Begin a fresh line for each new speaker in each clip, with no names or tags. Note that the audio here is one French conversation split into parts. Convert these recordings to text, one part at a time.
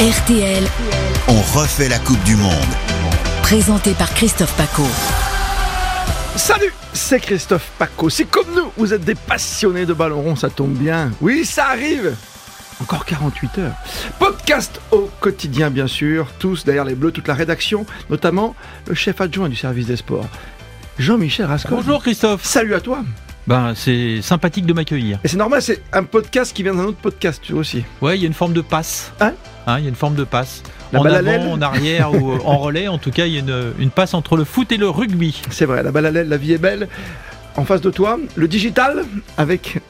RTL,
On refait la Coupe du Monde.
présenté par Christophe Paco.
Salut, c'est Christophe Paco. Si comme nous, vous êtes des passionnés de ballon rond, ça tombe bien. Oui, ça arrive. Encore 48 heures. Podcast au quotidien, bien sûr. Tous, d'ailleurs, les Bleus, toute la rédaction, notamment le chef adjoint du service des sports, Jean-Michel Rascol.
Bonjour Christophe.
Salut à toi.
Ben c'est sympathique de m'accueillir.
Et c'est normal, c'est un podcast qui vient d'un autre podcast, tu vois aussi.
Ouais, il y a une forme de passe.
Hein
Hein, Il y a une forme de passe.
La
en
balle à
avant,
l'aile
en arrière ou euh, en relais, en tout cas, il y a une, une passe entre le foot et le rugby.
C'est vrai, la balle à l'aile, la vie est belle. En face de toi, le digital avec,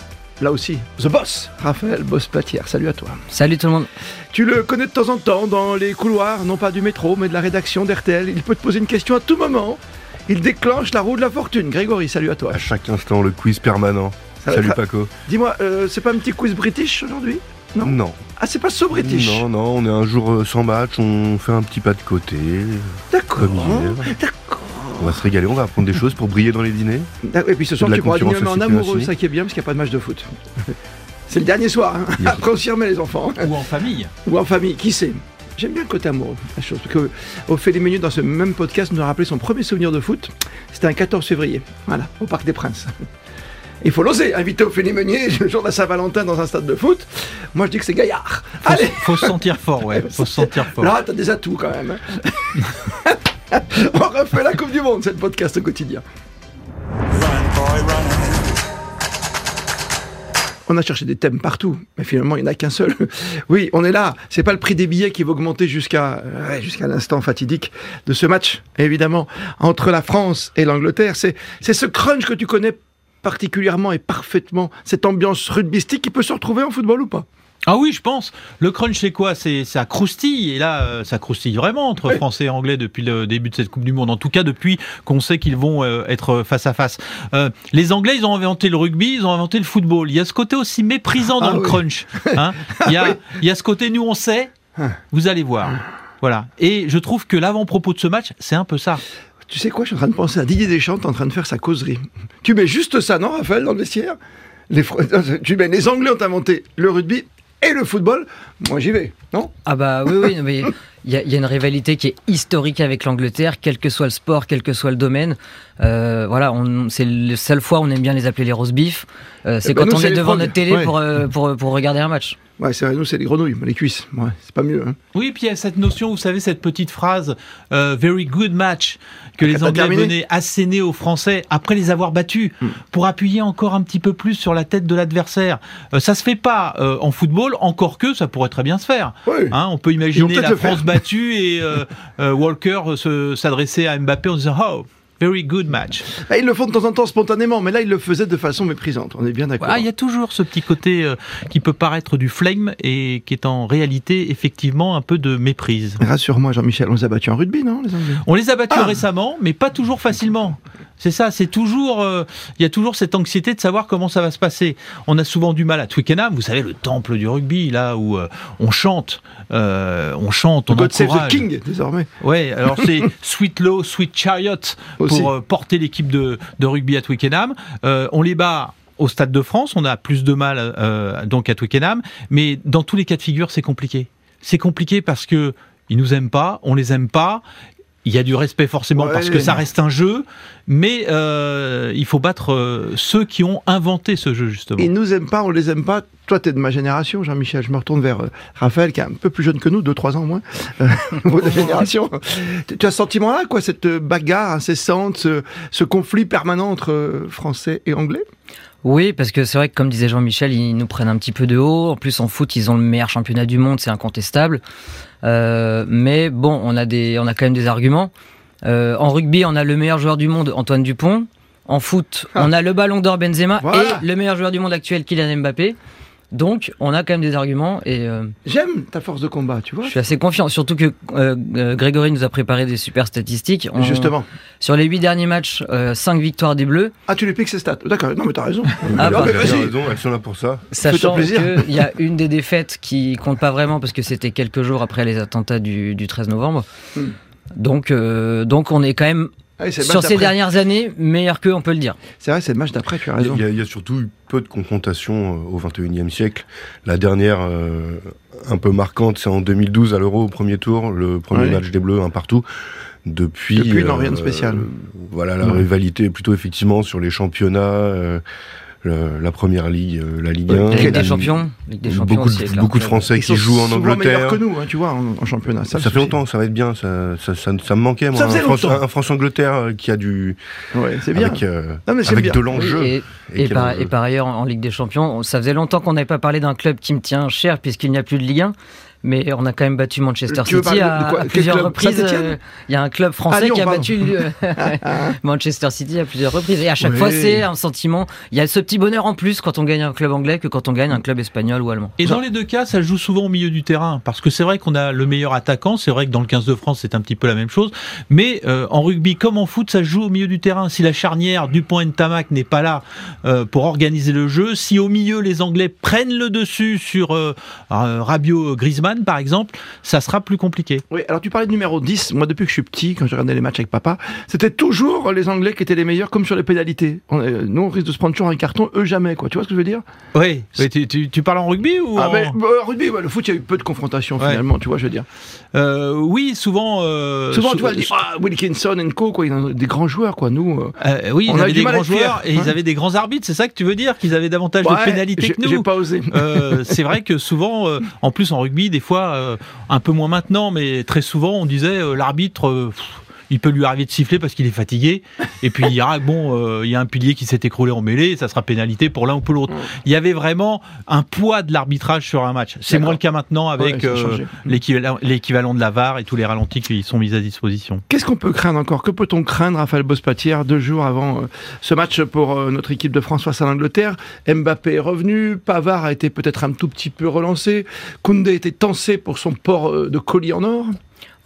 là aussi, The Boss, Raphaël Boss-Platière. Salut à toi.
Salut tout le monde.
Tu le connais de temps en temps dans les couloirs, non pas du métro, mais de la rédaction d'RTL. Il peut te poser une question à tout moment. Il déclenche la roue de la fortune. Grégory, salut à toi.
À chaque instant, le quiz permanent.
Ça va
Ah, Salut
être-
Paco.
Dis-moi, euh, c'est pas un petit quiz british aujourd'hui Non.
Non.
Ah, c'est pas so british
Non, non, on est un jour euh, sans match, on fait un petit pas de côté,
D'accord.
comme hier. On va se régaler, on va apprendre des choses pour briller dans les dîners.
D'accord. Hein Et puis ce soir,
De la
tu pourras dîner
concurrence
en
aussi,
amoureux,
Virginie.
ça qui est bien, parce qu'il n'y a pas de match de foot. C'est le dernier soir, hein.
Yes.
après on s'y remet les enfants.
Ou en famille.
Ou en famille, qui sait J'aime bien le côté amoureux, la chose. Parce que au fait des minutes dans ce même podcast, nous a rappelé son premier souvenir de foot. C'était un 14 février, voilà, au Parc des Princes. Il faut l'oser, invité au Félie Meunier, le jour de la Saint-Valentin dans un stade de foot. Moi, je dis que c'est gaillard.
Faut,
Allez,
faut se sentir fort, ouais. Faut se sentir fort.
là, t'as des atouts quand même. hein. On refait la Coupe du Monde, c'est le podcast au quotidien. On a cherché des thèmes partout, mais finalement, il n'y en a qu'un seul. Oui, on est là. C'est pas le prix des billets qui va augmenter jusqu'à euh, ouais, jusqu'à l'instant fatidique de ce match, évidemment, entre la France et l'Angleterre. C'est c'est ce crunch que tu connais particulièrement et parfaitement, cette ambiance rugbystique qui peut se retrouver en football ou pas.
Ah oui, je pense. Le crunch, c'est quoi C'est ça croustille. Et là, euh, ça croustille vraiment entre
Oui.
Français et Anglais depuis le début de cette Coupe du Monde. En tout cas, depuis qu'on sait qu'ils vont euh, être face à face. Euh, les Anglais, ils ont inventé le rugby, ils ont inventé le football. Il y a ce côté aussi méprisant dans
Ah
le
oui.
crunch. hein. il, y a, il y a ce côté, nous, on sait.
Hein.
Vous allez voir. Voilà. Et je trouve que l'avant-propos de ce match, c'est un peu ça.
Tu sais quoi, je suis en train de penser à Didier Deschamps t'es en train de faire sa causerie. Tu mets juste ça, non, Raphaël, dans le vestiaire les, Fr- tu mets, les Anglais ont inventé le rugby et le football. Moi, j'y vais, non
Ah bah oui, oui, non, mais il y, a- il y a une rivalité qui est historique avec l'Angleterre, quel que soit le sport, quel que soit le domaine. Euh, voilà, on- c'est la seule fois où on aime bien les appeler les roast beef. Euh, c'est
Eh ben,
quand
nous,
on
c'est
est
les
devant
frogs.
notre télé
Ouais.
pour, euh, pour, pour regarder un match.
Ouais, c'est vrai, nous, c'est les grenouilles, les cuisses. Ouais, c'est pas mieux. hein.
Oui, puis il y a cette notion, vous savez, cette petite phrase euh, Very good match que les
pas
Anglais
Ah, terminé. Hmm.
venaient asséner aux Français après les avoir battus pour appuyer encore un petit peu plus sur la tête de l'adversaire. Euh, ça se fait pas euh, en football, encore que ça pourrait très bien se faire.
Ouais.
Hein, on peut
Ils vont
imaginer
peut-être
la
le faire.
France battue et euh, euh, Walker se- s'adresser à Mbappé en disant Oh, very good match.
Ah, ils le font de temps en temps spontanément, mais là, ils le faisaient de façon méprisante. On est bien d'accord.
Ah, il y a toujours ce petit côté euh, qui peut paraître du flame et qui est en réalité effectivement un peu de méprise.
Rassure-moi, Jean-Michel, on les a battus en rugby, non, les Anglais
On les a battus
Ah.
récemment, mais pas toujours facilement. C'est ça, c'est toujours, euh, il y a toujours cette anxiété de savoir comment ça va se passer. On a souvent du mal à Twickenham, vous savez, le temple du rugby, là où euh, on chante, euh, on chante, on
God save the
encourage.
King, désormais.
Ouais, alors c'est Sweet Law, Sweet Chariot
Aussi.
pour euh, porter l'équipe de, de rugby à Twickenham. Euh, on les bat au Stade de France, on a plus de mal euh, donc à Twickenham, mais dans tous les cas de figure, c'est compliqué. C'est compliqué parce que ils nous aiment pas, on les aime pas. Il y a du respect forcément
Ouais.
parce que ça reste un jeu, mais euh, il faut battre euh, ceux qui ont inventé ce jeu justement.
Ils nous aiment pas, on les aime pas. Toi, t'es de ma génération, Jean-Michel. Je me retourne vers euh, Raphaël, qui est un peu plus jeune que nous, 2-3 ans moins, euh, de la génération. Tu- Tu as ce sentiment-là, quoi, cette euh, bagarre incessante, ce, ce conflit permanent entre euh, Français et Anglais
Oui, parce que c'est vrai que comme disait Jean-Michel, ils nous prennent un petit peu de haut. En plus, en foot, ils ont le meilleur championnat du monde, c'est incontestable. Euh, mais bon, on a, des, on a quand même des arguments. Euh, en rugby, on a le meilleur joueur du monde, Antoine Dupont. En foot, on a le ballon d'or Benzema
Ah. Voilà.
et le meilleur joueur du monde actuel, Kylian Mbappé. Donc, on a quand même des arguments et euh,
J'aime ta force de combat, tu vois.
je suis assez confiant. Surtout que euh, euh, Grégory nous a préparé des super statistiques. On-
Justement.
Sur les huit derniers matchs, 5 victoires des Bleus.
Ah, tu les piques, ces stats. D'accord, non, mais t'as raison.
Ah,
Non,
bah.
mais
Vous avez
vas-y.
raison, elles sont là pour ça.
Sachant
plaisir.
qu'il y a une des défaites qui compte pas vraiment parce que c'était quelques jours après les attentats du, du 13 novembre. Donc, euh, donc on est quand même
Ah oui, Hmm. c'est le match
sur ces
d'après.
dernières années, meilleur qu'eux, on peut le dire.
C'est vrai, c'est le match d'après, tu as
Il y a-
raison.
il y, a- il y a surtout eu peu de confrontations euh, au 21e siècle. La dernière, euh, un peu marquante, c'est en 2012 à l'Euro au premier tour, le premier
Ouais.
match des Bleus, un partout. Depuis, euh,
Depuis, non, rien de spécial.
Voilà, la
Ouais.
rivalité est plutôt effectivement sur les championnats, euh, le- la première ligue, euh, la Ligue
Ouais,
1.
Ligue
Ligue des
Et
champions, Ligue des champions
beaucoup,
aussi. avec
de,
leur
beaucoup de
club.
Français
Ils
qui
sont
jouent en
souvent meilleurs
Angleterre.
que nous, hein, tu vois, en, en championnat.
Ça,
le
fait
souci.
longtemps, ça va être bien, ça, ça, ça, ça me manquait. Moi,
Ça faisait
un, France,
longtemps.
un France-Angleterre euh, qui a du.
Ouais, c'est bien.
Avec, euh,
Non, mais c'est
avec
bien.
de
Oui,
l'enjeu.
et,
et
et
qui a
par,
de-
et par ailleurs, en en Ligue des Champions, on- ça faisait longtemps qu'on n'avait pas parlé d'un club qui me tient cher puisqu'il n'y a plus de Ligue 1. Mais on a quand même battu Manchester
Tu veux
City
parler de
à,
quoi
à
Quel
plusieurs
club
reprises.
Saint-Étienne
euh, Il y a un club
Ah,
français
Lyon,
qui a
pardon.
battu euh, Manchester City à plusieurs reprises. Et à chaque
Oui.
fois, c'est un sentiment. Il y a ce petit bonheur en plus quand on gagne un club anglais que quand on gagne un club espagnol ou allemand.
Et dans les deux cas, ça joue souvent au milieu du terrain. Parce que c'est vrai qu'on a le meilleur attaquant, c'est vrai que dans le 15 de France, c'est un petit peu la même chose. Mais euh, en rugby, comme en foot, ça se joue au milieu du terrain. Si la charnière Dupont-Ntamak n'est pas là euh, pour organiser le jeu, si au milieu, les Anglais prennent le dessus sur euh, euh, Rabiot-Griezmann, par exemple, ça sera plus compliqué.
Oui, alors tu parlais de numéro 10. Moi, depuis que je suis petit, quand je regardais les matchs avec papa, c'était toujours les Anglais qui étaient les meilleurs, comme sur les pénalités. On, euh, nous, on risque de se prendre toujours un carton, eux jamais, quoi. Tu vois ce que je veux dire
Oui, tu, tu- tu parles en rugby ou
Ah,
en...
mais euh, rugby, ouais, le foot, il y a eu peu de confrontations
Ouais.
finalement, tu vois, je veux dire.
Euh, Oui, souvent... euh,
Souvent,
sou-
tu vois, ils disent, ah, Wilkinson and Co, quoi, ils ont des grands joueurs, quoi. Nous, euh,
Euh, oui,
On
ils
a
avaient
du
des
mal à
grands
le faire,
joueurs et
hein.
ils avaient des grands arbitres, c'est ça que tu veux dire Qu'ils avaient davantage
ouais,
de pénalités
j'ai-
que nous
J'ai pas osé.
Euh, c'est vrai que souvent, euh, en plus en rugby, des fois, euh, un peu moins maintenant, mais très souvent, on disait euh, l'arbitre. euh, pff, il peut lui arriver de siffler parce qu'il est fatigué. Et puis il dira, bon, euh, il y a un pilier qui s'est écroulé en mêlée, ça sera pénalité pour l'un ou pour l'autre. Il y avait vraiment un poids de l'arbitrage sur un match. C'est
D'accord.
moins le cas maintenant avec
Ouais, ça a
euh,
changé.
l'équivalent l'équivalent de la VAR et tous les ralentis qui sont mis à disposition.
Qu'est-ce qu'on peut craindre encore Que peut-on craindre, Raphaël Bospatière, deux jours avant euh, ce match pour euh, notre équipe de France face à l'Angleterre Mbappé est revenu, Pavard a été peut-être un tout petit peu relancé, Koundé était tensé pour son port euh, de colis en or.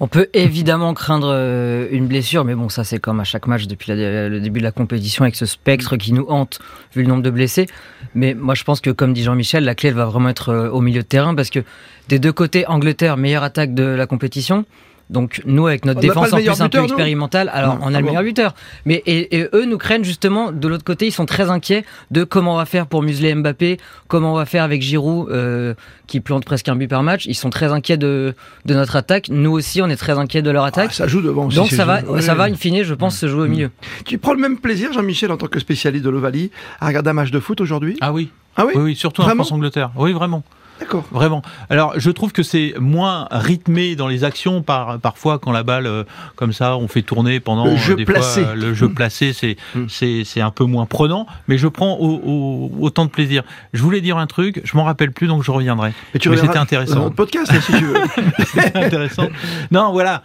On peut évidemment craindre euh, une blessure, mais bon, ça c'est comme à chaque match depuis la- le début de la compétition avec ce spectre qui nous hante vu le nombre de blessés. Mais moi je pense que comme dit Jean-Michel, la clé elle va vraiment être euh, au milieu de terrain parce que des deux côtés, Angleterre, meilleure attaque de la compétition. Donc nous avec notre
On n'a pas
défense
le
en
meilleur
plus un peu
buteur, nous
expérimentale, alors
Non,
on
ah
a le
bon.
meilleur buteur. Mais et, et eux nous craignent justement de l'autre côté, ils sont très inquiets de comment on va faire pour museler Mbappé, comment on va faire avec Giroud euh, qui plante presque un but par match. Ils sont très inquiets de, de notre attaque. Nous aussi, on est très inquiets de leur
Ah,
attaque.
ça joue devant aussi,
Donc
c'est
ça va,
jeu. Ouais. Mm.
ça va, in fine, je pense, se jouer au milieu.
Tu prends le même plaisir, Jean-Michel, en tant que spécialiste de l'Ovalie, à regarder un match de foot aujourd'hui
Ah oui,
Ah oui,
oui, oui surtout
Vraiment
en France-Angleterre. Oui, vraiment.
D'accord.
Vraiment. Alors, je trouve que c'est moins rythmé dans les actions par, parfois quand la balle, euh, comme ça, on fait tourner pendant
Le
euh,
jeu
des
placé.
fois, euh, le jeu placé, c'est
Mm.
c'est c'est un peu moins prenant. Mais je prends au- au- autant de plaisir. Je voulais dire un truc, je m'en rappelle plus, donc je reviendrai.
Mais
Mais
reviendras
c'était intéressant.
Dans notre podcast, si tu veux.
C'est intéressant. Non, voilà.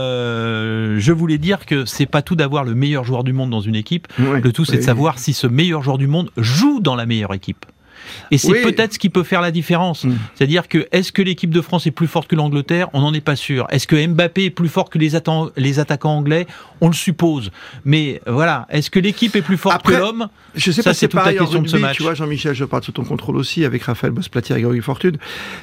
Euh, je voulais dire que c'est pas tout d'avoir le meilleur joueur du monde dans une équipe.
Ouais.
Le tout, c'est de
Oui.
savoir si ce meilleur joueur du monde joue dans la meilleure équipe. Et c'est
Oui.
peut-être ce qui peut faire la différence.
Mm.
C'est-à-dire que est-ce que l'équipe de France est plus forte que l'Angleterre On n'en est pas sûr. Est-ce que Mbappé est plus fort que les, atta- les attaquants anglais On le suppose. Mais euh, voilà, est-ce que l'équipe est plus forte
Après,
que l'homme
Je sais
Ça,
pas
c'est
si c'est
toute la
pareil en
question de ce
rugby,
match.
tu vois, Jean-Michel, je parle sous ton contrôle aussi avec Raphaël Bosplatier et Grégory Fortune.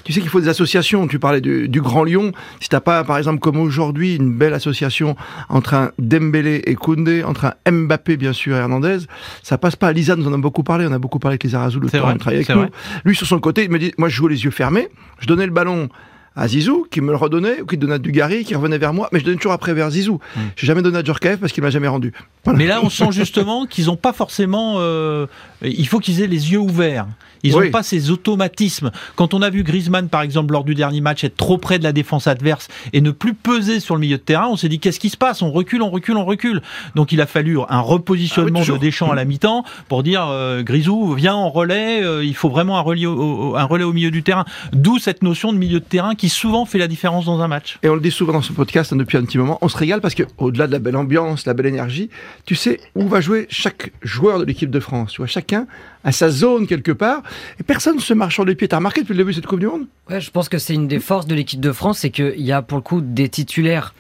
Tu sais qu'il faut des associations. Tu parlais du, du Grand Lyon. Si t'as pas, par exemple, comme aujourd'hui, une belle association entre un Dembélé et Koundé, entre un Mbappé, bien sûr, et Hernandez, ça passe pas. Lisa nous en a beaucoup parlé. On a beaucoup parlé avec les Arazou, le
C'est
temps
vrai,
de travailler avec
c'est
nous.
vrai.
Lui, sur son côté, il me dit, moi, je jouais les yeux fermés. Je donnais le ballon à Zizou, qui me le redonnait, ou qui donnait à Dugarry, qui revenait vers moi, mais je donnais toujours après vers Zizou. J'ai jamais donné à Djorkaeff parce qu'il m'a jamais rendu. Voilà.
Hmm. Mais là, on sent justement qu'ils n'ont pas forcément. euh, il faut qu'ils aient les yeux ouverts. Ils n'ont
Oui.
pas ces automatismes. Quand on a vu Griezmann, par exemple, lors du dernier match, être trop près de la défense adverse et ne plus peser sur le milieu de terrain, on s'est dit qu'est-ce qui se passe On recule, on recule, on recule. Donc il a fallu un
Ah
repositionnement
oui, toujours. Mm.
de Deschamps à la mi-temps pour dire euh, Grisou, viens en relais. euh, il faut vraiment un relais, au, au- un relais au milieu du terrain. D'où cette notion de milieu de terrain qui souvent fait la différence dans un match.
et on le dit souvent dans ce podcast hein, depuis un petit moment, on se régale parce que au-delà de la belle ambiance, la belle énergie, tu sais où va jouer chaque joueur de l'équipe de France. Tu vois, chacun à sa zone quelque part et personne se marche sur les pieds. T'as remarqué depuis le début de cette Coupe du Monde
Ouais, je pense que c'est une des forces de l'équipe de France, c'est qu'il y a pour le coup des titulaires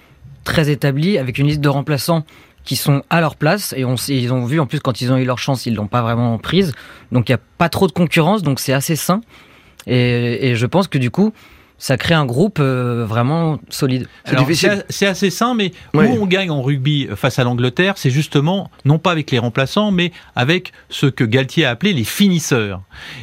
très établis avec une liste de remplaçants qui sont à leur place et on, s- ils ont vu en plus quand ils ont eu leur chance, ils l'ont pas vraiment prise. Donc il n'y a pas trop de concurrence, donc c'est assez sain. Et, et je pense que du coup, ça crée un groupe euh, vraiment solide.
C'est
Alors,
difficile.
C'est a- c'est assez sain, mais
Oui.
où on gagne en rugby euh, face à l'Angleterre, c'est justement, non pas avec les remplaçants, mais avec ce que Galtier a appelé les finisseurs.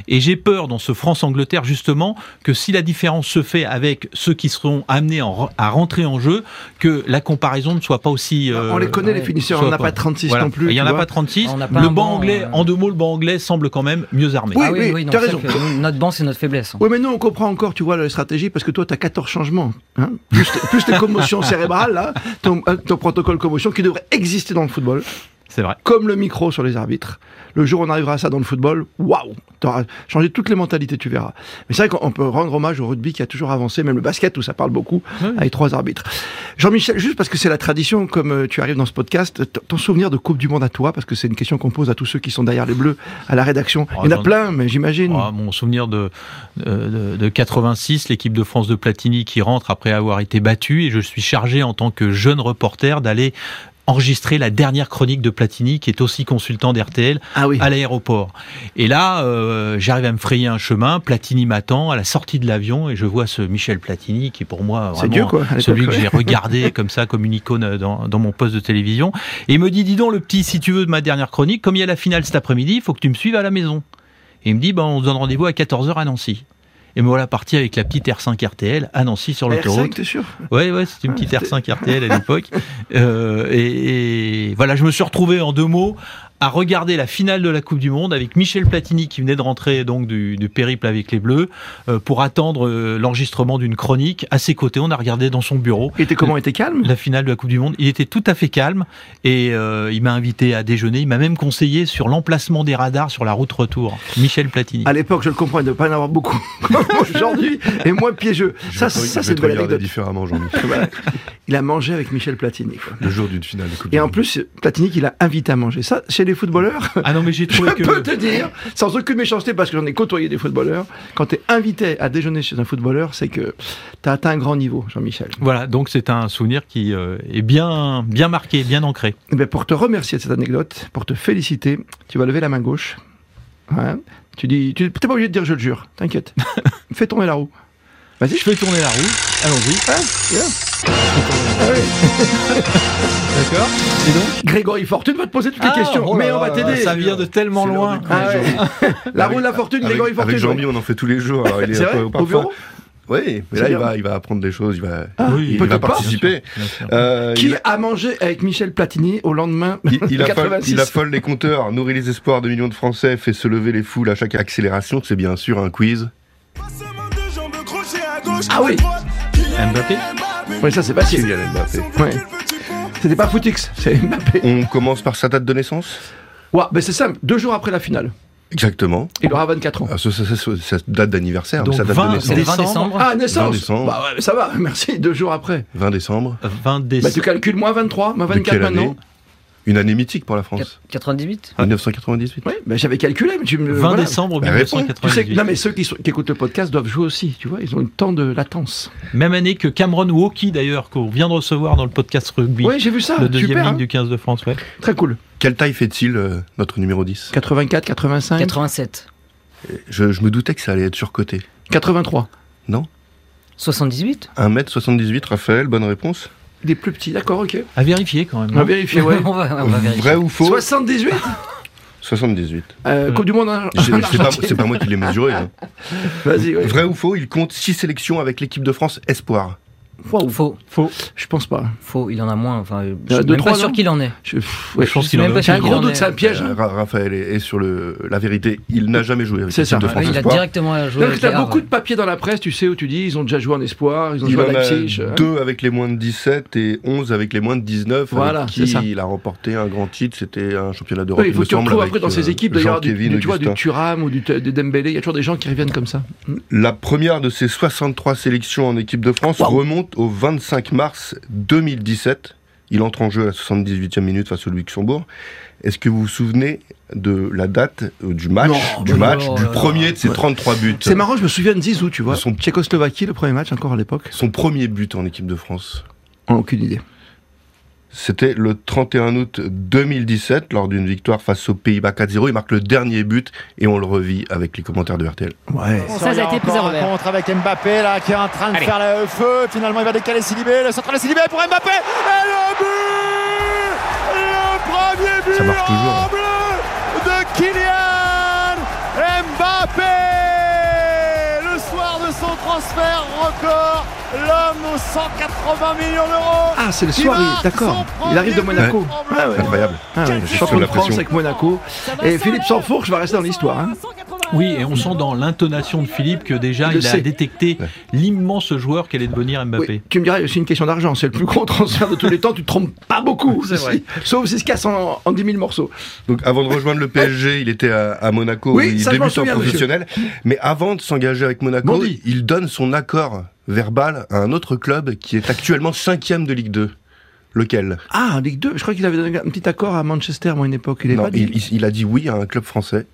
Et j'ai peur dans ce France-Angleterre, justement, que si la différence se fait avec ceux qui seront amenés en re- à rentrer en jeu, que la comparaison ne soit pas aussi... euh,
Ah, on les connaît, les
ouais,
finisseurs.
soit
On n'a pas
pas-
36
voilà.
non plus.
Il n'y en
tu
a
vois.
pas 36.
On n'a pas
le
un
banc
banc,
anglais,
euh,
en deux mots, le banc anglais semble quand même mieux armé.
Oui, oui,
Ah non,
t'as
c'est
raison.
vrai que nous, notre banc, c'est notre faiblesse. hein.
Oui, mais nous, on comprend encore, tu vois, la stratégie, parce que toi, tu as 14 changements. Hein plus, plus les commotions cérébrales, là, ton, euh, ton protocole commotion qui devrait exister dans le football,
C'est vrai.
comme le micro sur les arbitres. Le jour où on arrivera à ça dans le football, waouh T'auras changé toutes les mentalités, tu verras. Mais c'est vrai qu'on peut rendre hommage au rugby qui a toujours avancé, même le basket où ça parle beaucoup,
Oui.
avec trois arbitres. Jean-Michel, juste parce que c'est la tradition, comme euh, tu arrives dans ce podcast, t- ton souvenir de Coupe du Monde à toi, parce que c'est une question qu'on pose à tous ceux qui sont derrière les Bleus, à la rédaction.
Oh,
Il y en a
j'en-
plein, mais j'imagine.
Oh, mon souvenir de, euh, de, de 86, l'équipe de France de Platini qui rentre après avoir été battue et je suis chargé en tant que jeune reporter d'aller enregistrer la dernière chronique de Platini qui est aussi consultant d'RTL
ah oui.
à l'aéroport. Et là, euh, j'arrive à me frayer un chemin, Platini m'attend à la sortie de l'avion et je vois ce Michel Platini qui est pour moi
C'est
vraiment
Dieu, quoi, à l'époque,
celui que
ouais.
j'ai regardé comme ça, comme une icône euh, dans, dans mon poste de télévision. Et il me dit, dis donc, le petit, si tu veux, de ma dernière chronique, comme il y a la finale cet après-midi, il faut que tu me suives à la maison. Et il me dit, ben, on se donne rendez-vous à 14h à Nancy. Et me voilà parti avec la petite R5 RTL à Nancy sur
R5,
l'autoroute.
t'es sûr
Ouais, ouais, c'était une petite
Ah,
R5 RTL à l'époque. Euh, et, et voilà, je me suis retrouvé en deux mots à regarder la finale de la Coupe du Monde avec Michel Platini qui venait de rentrer donc du, du périple avec les Bleus euh, pour attendre euh, l'enregistrement d'une chronique. À ses côtés, on a regardé dans son bureau
Il était comment Il était calme
la finale de la Coupe du Monde. Il était tout à fait calme et euh, il m'a invité à déjeuner. Il m'a même conseillé sur l'emplacement des radars sur la route retour. Michel Platini.
À l'époque, je le comprends, il ne devait pas en avoir beaucoup comme aujourd'hui, et moins piégeux.
Je
Ça,
vais te-
ça
je
c'est
vais
une
te
belle
regarder
anecdote.
différemment, Jean-Michel.
Voilà. Il a mangé avec Michel Platini. quoi.
Le jour d'une finale de Coupe
Et
du
en
Monde.
plus, Platini, il a invité à manger. Ça, chez les footballeurs,
Ah non, mais j'ai
je
trouvé que.
peux te dire, sans aucune méchanceté, parce que j'en ai côtoyé des footballeurs, quand tu es invité à déjeuner chez un footballeur, c'est que tu as atteint un grand niveau, Jean-Michel.
Voilà, donc c'est un souvenir qui euh, est bien, bien marqué, bien ancré.
Eh bien, pour te remercier de cette anecdote, pour te féliciter, tu vas lever la main gauche. Ouais. Tu dis, tu n'es pas obligé de dire je le jure, t'inquiète. Fais tomber la roue. Vas-y,
Je fais tourner la roue,
allons-y. Hein Viens.
d'accord Et donc
Grégory Fortune va te poser toutes
Ah,
les questions,
oh là
mais
là
on va
là
t'aider.
là, Ça vient de tellement
C'est
loin.
l'heure du
Ah ouais. La
Avec-
roue de la fortune,
avec,
Grégory Fortune.
avec Jean-Mi, on en fait tous les jours. Alors, il est
C'est vrai
euh,
Au
parfois-
bureau
Oui, mais
C'est
là, il
bien.
va, il va apprendre des choses. Il va,
Ah,
Oui,
il
peut-être
va
pas.
participer.
Bien sûr, bien sûr.
Euh,
Qui
il,
a mangé avec Michel Platini au lendemain
il- il affole,
86
il affole les compteurs, nourrit les espoirs de millions de Français, fait se lever les foules à chaque accélération. C'est bien sûr un quiz.
Ah oui.
Mbappé
Oui, ça c'est facile.
Kylian Mbappé.
Ouais. C'était pas Footix, c'est Mbappé.
On commence par sa date de naissance
Ouais, ben c'est simple, deux jours après la finale.
Exactement.
Il aura 24 ans.
Ah, ça, ça- ça- ça- ça date d'anniversaire, mais
Donc
sa date
20
de
C'est
naissance.
le 20
Décembre.
décembre.
Ah, naissance
20 décembre.
Bah ouais, mais ça va, merci, deux jours après.
20 décembre.
20
Bah tu
décembre.
calcules moins 23, moins
de
24
quelle année
maintenant.
Une année mythique pour la France.
98
1998.
Oui, ben j'avais calculé, mais tu me.
20
voilà.
décembre
Bah, réponds.
Tu sais que-
1998.
non mais ceux qui, sont- qui écoutent le podcast doivent jouer aussi, tu vois, ils ont le temps de latence.
Même année que Cameron Walkie d'ailleurs, qu'on vient de recevoir dans le podcast rugby.
Oui, j'ai vu ça,
Le deuxième
super,
ligne
hein.
du 15 de France, ouais.
très cool.
Quelle taille fait-il, euh, notre numéro 10
84, 85,
87
je, je me doutais que ça allait être surcoté.
83.
78
1m78, Raphaël, bonne réponse.
Il est plus petit, d'accord, ok.
À vérifier quand même.
On va
hein. non
vérifier, ouais.
on, va, on va vérifier.
Vrai ou faux
78
78.
euh, Coupe du Monde. hein.
J'ai- C'est pas, c'est pas moi qui l'ai mesuré. hein.
Vas-y, ouais.
Vrai ou faux, il compte 6 sélections avec l'équipe de France Espoir.
Waouh.
Faux,
Je pense pas.
faux, il en a moins. Enfin, je
Il y en a
suis
deux,
même
trois,
pas
non
sûr qu'il en est.
Je, pff, ouais.
Je pense
suis
qu'il en
même
a
pas
aucun.
J'ai
sûr
un
qu'il
gros
en
doute,
est.
c'est un piège. hein.
Euh, Ra- Raphaël est, est sur le, la vérité. Il n'a jamais joué avec
C'est
l'équipe
ça.
de
Ouais,
France
Oui, il a
Espoir.
directement joué.
Non,
avec
parce que
les
t'as
Havres.
beaucoup de papiers dans la presse, tu sais, où tu dis ils ont déjà joué en espoir, ils ont
Il
joué à
en a
Leipzig. hein.
deux avec les moins de 17 et 11 avec les moins de 19.
Voilà,
avec
c'est
qui
ça.
il a remporté un grand titre, c'était un championnat d'Europe.
Oui, il faut
me
que tu
semble,
retrouves
avec,
après dans
euh,
ces équipes, d'ailleurs, du,
Jean-Kevin
du- tu vois, du
Augustin.
Thuram ou du, de Dembélé, il y a toujours des gens qui reviennent comme ça.
La première de ses 63 sélections en équipe de France remonte au 25 mars 2017. Il entre en jeu à la 78e minute face au Luxembourg. Est-ce que vous vous souvenez de la date euh, du match,
Non, oh
du,
non,
match
non,
du
non,
premier de ses 33 buts
C'est marrant, je me souviens de Zizou, tu vois.
Son-
Tchécoslovaquie, le premier match encore à l'époque.
Son premier but en équipe de France.
On a aucune idée.
C'était le 31 août 2017, lors d'une victoire face aux Pays-Bas 4-0. Il marque le dernier but et on le revit avec les commentaires de RTL.
Ouais.
Ça,
Bon,
ça a
il y
été
encore
plus à
un
revers.
contre avec Mbappé là qui est en train de faire le feu. Finalement, il va décaler Silibé. Le centre de Silibé pour Mbappé. Et le but Le premier but
Ça marche toujours, hein.
en bleu de Kylian Mbappé Le soir de son transfert record, l'homme aux 180 millions d'euros.
Ah, c'est le
qui
soir, il-
marque
d'accord.
son
Il arrive de
premier
Monaco.
but en
Ah
bleu.
ouais.
Incroyable.
Ah ouais,
Juste
champion
sous
de
la
France
pression.
avec Monaco. Et Philippe Sanfourche va rester dans l'histoire. hein.
Oui, et on sent dans l'intonation de Philippe que déjà
Il le
il, a
sait.
détecté l'immense joueur qu'allait devenir Mbappé.
Oui, tu me dirais, c'est une question d'argent. C'est le plus gros transfert de tous les temps. Tu te trompes pas beaucoup.
C'est vrai.
Sauf s'il se casse en, en 10 000 morceaux.
Donc avant de rejoindre le PSG, il était à, à Monaco,
Oui,
où il
ça, je m'en
débute en
souviens, monsieur.
professionnel. Mais avant de s'engager avec Monaco,
Bondy.
il donne son accord verbal à un autre club qui est actuellement cinquième de Ligue 2. Lequel
Ah, en Ligue 2. Je crois qu'il avait donné un petit accord à Manchester, moi, à une époque. Il est
Non,
pas dit.
il, il- il a dit oui à un club français.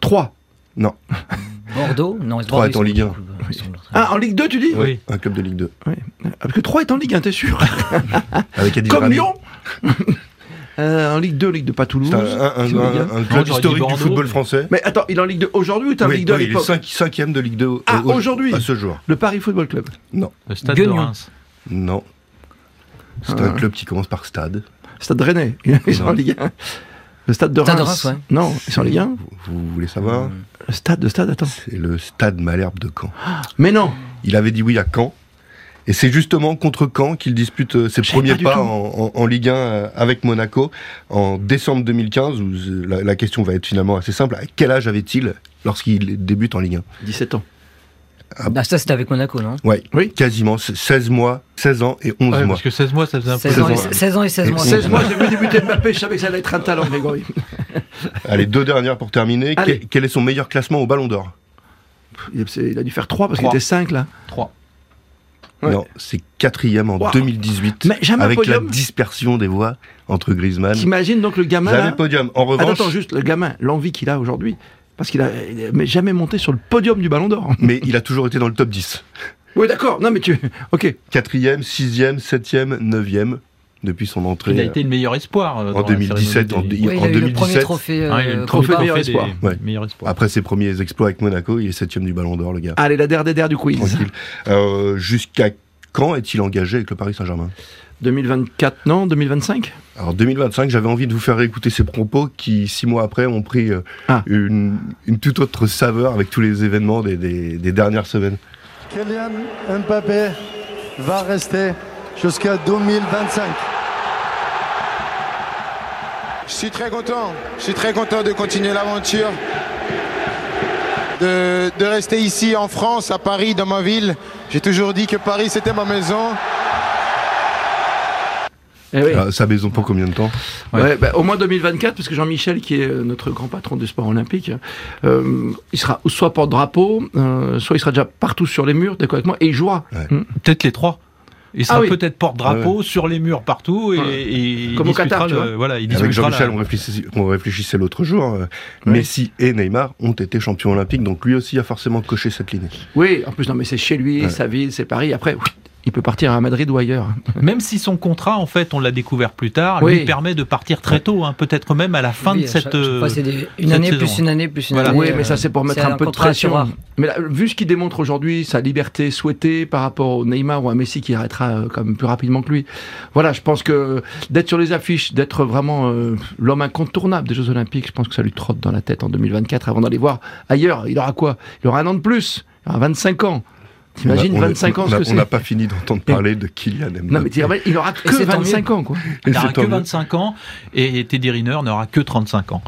3.
Bordeaux Non, Bordeaux,
Trois est en
ils sont
Ligue un.
dans le club. Ils sont dans le club.
Ah, en Ligue 2, tu dis
Oui.
Un club de Ligue 2.
Oui. Parce que 3 est en Ligue 1, t'es sûr
Avec Adil
Comme
Rami.
Lyon Mmh. Euh, En Ligue 2, Ligue 2, pas Toulouse.
C'est un, un-
Si, Ligue
un-
1.
un
j'aurais
club
dit
historique du
Bordeaux,
football
mais-
français.
Mais attends, il est en Ligue 2 aujourd'hui ou t'es en
Oui,
Ligue 2 à
non, il est
l'époque
cinq- cinquième de Ligue 2 au-
Ah,
au-
aujourd'hui.
à ce jour.
Le Paris Football Club.
Le stade de
Guignon.
Reims.
Non. C'est
Ah.
un club qui commence par stade.
Stade Rennais. Ils sont
Non.
en Ligue 1. Le stade de Reims.
Stade de Reims, ouais.
Non, ils sont en Ligue 1.
Vous voulez savoir
Hmm.
Le stade, de stade, attends.
C'est le stade Malherbe de Caen.
Mais non
Il avait dit oui à Caen. Et c'est justement contre Caen qu'il dispute euh, ses
Je sais
premiers
pas du
pas,
tout.
en, en- en Ligue 1 euh, avec Monaco en décembre 2015. Où euh, la, la question va être finalement assez simple. À quel âge avait-il lorsqu'il débute en Ligue 1
17 ans.
Ah, ça, c'était avec Monaco, non
Ouais,
Oui.
quasiment c'est 16 mois, 16 ans et 11
Ouais,
mois.
parce que 16 mois, ça faisait un peu.
16 ans, et-
16 ans.
16 ans et 16
Et
mois.
16 mois, j'ai vu débuter Mbappé, je savais que ça allait être un talent, Grégory.
Allez, deux dernières pour terminer.
Allez.
Quel, quel est son meilleur classement au Ballon d'Or
Il c'est- il a dû faire 3 parce qu'il
Trois.
était 5 là.
3.
Ouais.
Non, c'est quatrième en
Wow.
2018
Mais jamais un
avec la
podium.
dispersion des voix entre Griezmann.
T'imagines donc le gamin
Jamais
là
podium. En
Attends,
revanche,
attends, juste, le gamin, l'envie qu'il a aujourd'hui. Parce qu'il a il a- mais jamais monté sur le podium du Ballon d'Or.
mais il a toujours été dans le top 10.
Oui, d'accord. Non, mais tu. Ok.
quatrième, sixième, septième, neuvième depuis son entrée
Il a été le meilleur espoir. euh,
En
dans la
2017,
cérémonie des-
en-
Ouais, il
en
a eu le premier
2017.
trophée. euh,
Ah, il a eu le
Coupe
trophée
du Monde.
meilleur
parfait des-
espoir.
Ouais.
meilleur espoir.
euh, après ses premiers exploits avec Monaco. Il est septième du Ballon d'Or, le gars.
Allez, la der des der du quiz.
Tranquille. Euh, Jusqu'à quand est-il engagé avec le Paris Saint-Germain
2024, non 2025
Alors 2025, j'avais envie de vous faire écouter ses propos qui, six mois après, ont pris euh,
Ah.
une, une toute autre saveur avec tous les événements des, des- des dernières semaines.
Kylian Mbappé va rester jusqu'à 2025.
Je suis très content. Je suis très content de continuer l'aventure, de, de rester ici en France, à Paris, dans ma ville. J'ai toujours dit que Paris, c'était ma maison.
Eh oui.
Ah, sa maison pour combien de temps
Ouais, bah, au moins 2024, parce que Jean-Michel, qui est euh, notre grand patron du sport olympique, euh, il sera soit porte-drapeau, euh, soit il sera déjà partout sur les murs, d'accord avec moi, et il jouera. Mmh.
Peut-être les trois. Il sera
Ah oui.
peut-être porte-drapeau sur les murs partout et,
Ouais.
et il
Comme au Qatar,
discutera
tu
le-
vois.
voilà, il
Avec
discutera
Jean-Michel,
la-
on réfléchissait, on réfléchissait l'autre jour. euh, Messi et Neymar ont été champions olympiques, donc lui aussi a forcément coché cette ligne.
Oui, en plus, non, mais c'est chez lui, sa ville, c'est Paris. Après, oui, il peut partir à Madrid ou ailleurs.
Même si son contrat, en fait, on l'a découvert plus tard,
Oui.
lui permet de partir très tôt, hein, peut-être même à la fin
Oui,
de
à chaque-
cette. euh,
chaque fois, c'est des- Une
cette
année,
saison.
plus une année, plus une
Voilà.
année.
Oui, mais
euh,
ça c'est pour mettre un peu de
contrat assez
pression.
rare.
Mais là, vu ce qu'il démontre aujourd'hui, sa liberté souhaitée par rapport au Neymar ou à Messi qui arrêtera euh, quand même plus rapidement que lui. Voilà, je pense que d'être sur les affiches, d'être vraiment euh, l'homme incontournable des Jeux Olympiques, je pense que ça lui trotte dans la tête en 2024 avant d'aller voir ailleurs. Il aura quoi Il aura un an de plus, il aura 25 ans. T'imagines
On a- on a-
25 ans
on
ce
a-
que c'est
On n'a pas fini d'entendre parler de Kylian Mbappé.
Non mais t'imagines, il aura que
c'est tant
25 ans quoi.
Et
Il n'aura
c'est tant
que
mieux.
25 ans et Teddy Riner n'aura que 35 ans.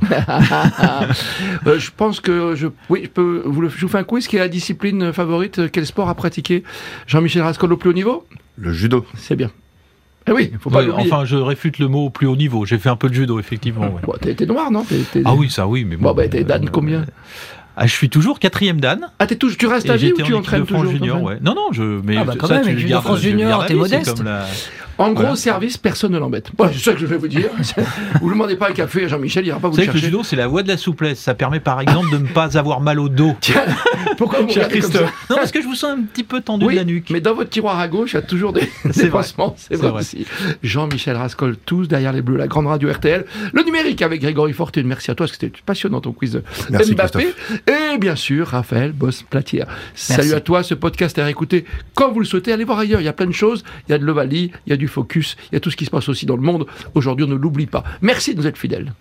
Euh, je pense que je, oui, je peux vous le, je vous fais un quiz. Quelle est la discipline favorite Quel sport a pratiqué Jean-Michel Rascol au plus haut niveau
Le judo.
C'est bien. Eh oui, faut pas
Ouais,
l'oublier.
Euh, enfin, je réfute le mot au plus haut niveau. J'ai fait un peu de judo, effectivement. ouais.
Bon, t'es, t'es noir, non T'es- t'es-
Ah oui, ça oui, mais bon.
Bon, bah, t'es Dan combien
ah, Je suis toujours quatrième Dan.
Ah, t'es toujours, tu restes
Et
à vie
j'étais
ou tu
en équipe
entraînes
de France
toujours
junior,
t'entraînes
ouais. Non, non, je. Mais
Ah bah, quand
ça,
même,
tu
équipe
le
de
gardes-
France
tu le
junior,
gardes à
t'es
vie, c'est
modeste.
comme la-
En gros, service, personne ne l'embête. Voilà, c'est ça que je vais vous dire. vous ne demandez pas un café à Jean-Michel, il n'ira pas
Vous
vous
savez que le
chercher.
judo, c'est la voie de la souplesse. Ça permet par exemple de ne pas avoir mal au dos.
Tiens, pourquoi vous me
Cher
regardez comme ça
Christophe. Non, parce que je vous sens un petit peu tendu
Oui,
de la nuque.
mais dans votre tiroir à gauche, il y a toujours des
C'est
des
vrai.
pansements, c'est
C'est
vrai,
vrai.
aussi. Jean-Michel Rascol, tous derrière les bleus, la grande radio RTL, le numérique avec Grégory Fortune. Merci à toi, parce que c'était passionnant ton quiz de
Merci,
Mbappé. Et bien sûr, Raphaël Boss-Platière. Salut à toi, ce podcast est à réécouter quand vous le souhaitez. Allez voir ailleurs, il y a plein de choses. Il y a de l'Ovalie, il y a du Focus, il y a tout ce qui se passe aussi dans le monde. Aujourd'hui, on ne l'oublie pas. Merci de nous être fidèles.